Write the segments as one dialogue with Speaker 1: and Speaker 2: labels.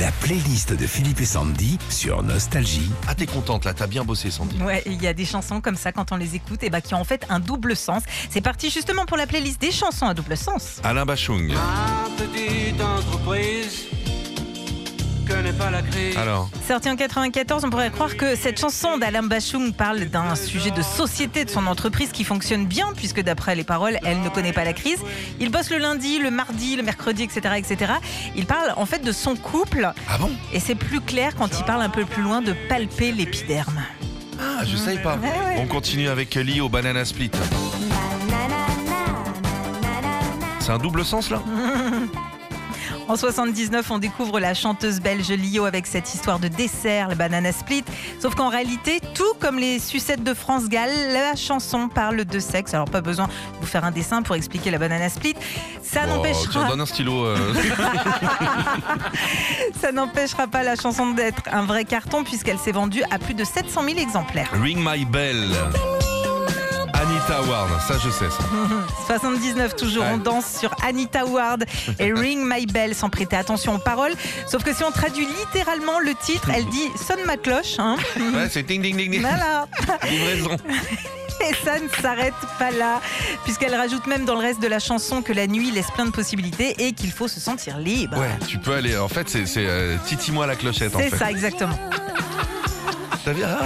Speaker 1: la playlist de Philippe et Sandy sur Nostalgie.
Speaker 2: Ah, t'es contente là, t'as bien bossé, Sandy.
Speaker 3: Ouais, il y a des chansons comme ça quand on les écoute et bah qui ont en fait un double sens. C'est parti justement pour la playlist des chansons à double sens.
Speaker 2: Alain Bachung.
Speaker 4: Ma Ah, petite entreprise connaît pas la crise.
Speaker 2: Alors,
Speaker 3: Sorti en 94, on pourrait croire que cette chanson d'Alain Bachung parle d'un sujet de société de son entreprise qui fonctionne bien puisque d'après les paroles, elle ne connaît pas la crise. Il bosse le lundi, le mardi, le mercredi, etc., etc. Il parle en fait de son couple
Speaker 2: ah bon
Speaker 3: et c'est plus clair quand il parle un peu plus loin de palper l'épiderme.
Speaker 2: Ah, je savais pas.
Speaker 3: Ouais, ouais.
Speaker 2: On continue avec Lee au Banana Split. C'est un double sens là
Speaker 3: En 79, on découvre la chanteuse belge Lio avec cette histoire de dessert, le banana split. Sauf qu'en réalité, tout comme les sucettes de France Gall, la chanson parle de sexe. Alors pas besoin de vous faire un dessin pour expliquer la banana split. Ça
Speaker 2: Oh, Tiens,
Speaker 3: n'empêchera,
Speaker 2: donne un stylo. euh.
Speaker 3: ça n'empêchera pas la chanson d'être un vrai carton puisqu'elle s'est vendue à plus de 700 000 exemplaires.
Speaker 2: Ring My Bell. Anita Ward, ça je sais ça.
Speaker 3: 79 toujours,
Speaker 2: Ouais.
Speaker 3: on danse sur Anita Ward et Ring My Bell sans prêter attention aux paroles. Sauf que si on traduit littéralement le titre, elle dit sonne ma cloche. Hein.
Speaker 2: Ouais, c'est ding ding ding ding.
Speaker 3: Voilà.
Speaker 2: Livraison.
Speaker 3: Et ça ne s'arrête pas là, puisqu'elle rajoute même dans le reste de la chanson que la nuit laisse plein de possibilités et qu'il faut se sentir libre.
Speaker 2: Ouais, tu peux aller. En fait, c'est c'est, euh, titi-moi la clochette en
Speaker 3: Bah. C'est
Speaker 2: fait.
Speaker 3: ça, exactement.
Speaker 2: T'as vu Ah.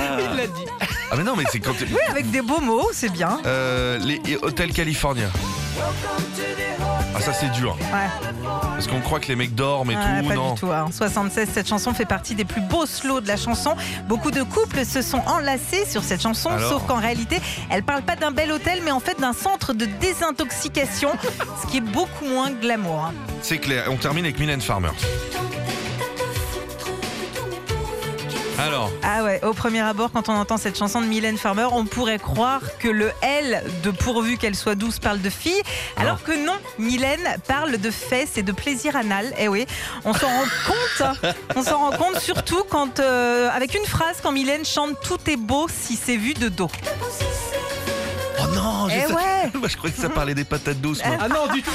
Speaker 2: Ah mais non, mais c'est quand.
Speaker 3: Avec des beaux mots, c'est bien.
Speaker 2: Euh, les et hôtels californiens. Ah ça c'est dur.
Speaker 3: Ouais,
Speaker 2: Parce qu'on croit que les mecs dorment et
Speaker 3: ouais,
Speaker 2: tout,
Speaker 3: pas
Speaker 2: non
Speaker 3: du tout. hein. En 76, cette chanson fait partie des plus beaux slows de la chanson. Beaucoup de couples se sont enlacés sur cette chanson,
Speaker 2: Alors
Speaker 3: sauf qu'en réalité, elle parle pas d'un bel hôtel, mais en fait d'un centre de désintoxication, ce qui est beaucoup moins glamour. hein.
Speaker 2: C'est clair. On termine avec Mylène Farmer. Alors,
Speaker 3: Ah ouais, au premier abord, quand on entend cette chanson de Mylène Farmer, on pourrait croire que le L de pourvu qu'elle soit douce parle de fille, alors que non, Mylène parle de fesses et de plaisir anal. Eh oui, on s'en rend compte, hein. on s'en rend compte surtout quand, euh, avec une phrase, quand Mylène chante Tout est beau si c'est vu de dos.
Speaker 2: oh non, j'ai
Speaker 3: Eh
Speaker 2: ça-
Speaker 3: ouais. Ah
Speaker 2: Moi, je croyais que ça parlait des patates douces. moi.
Speaker 5: Ah non, du tout.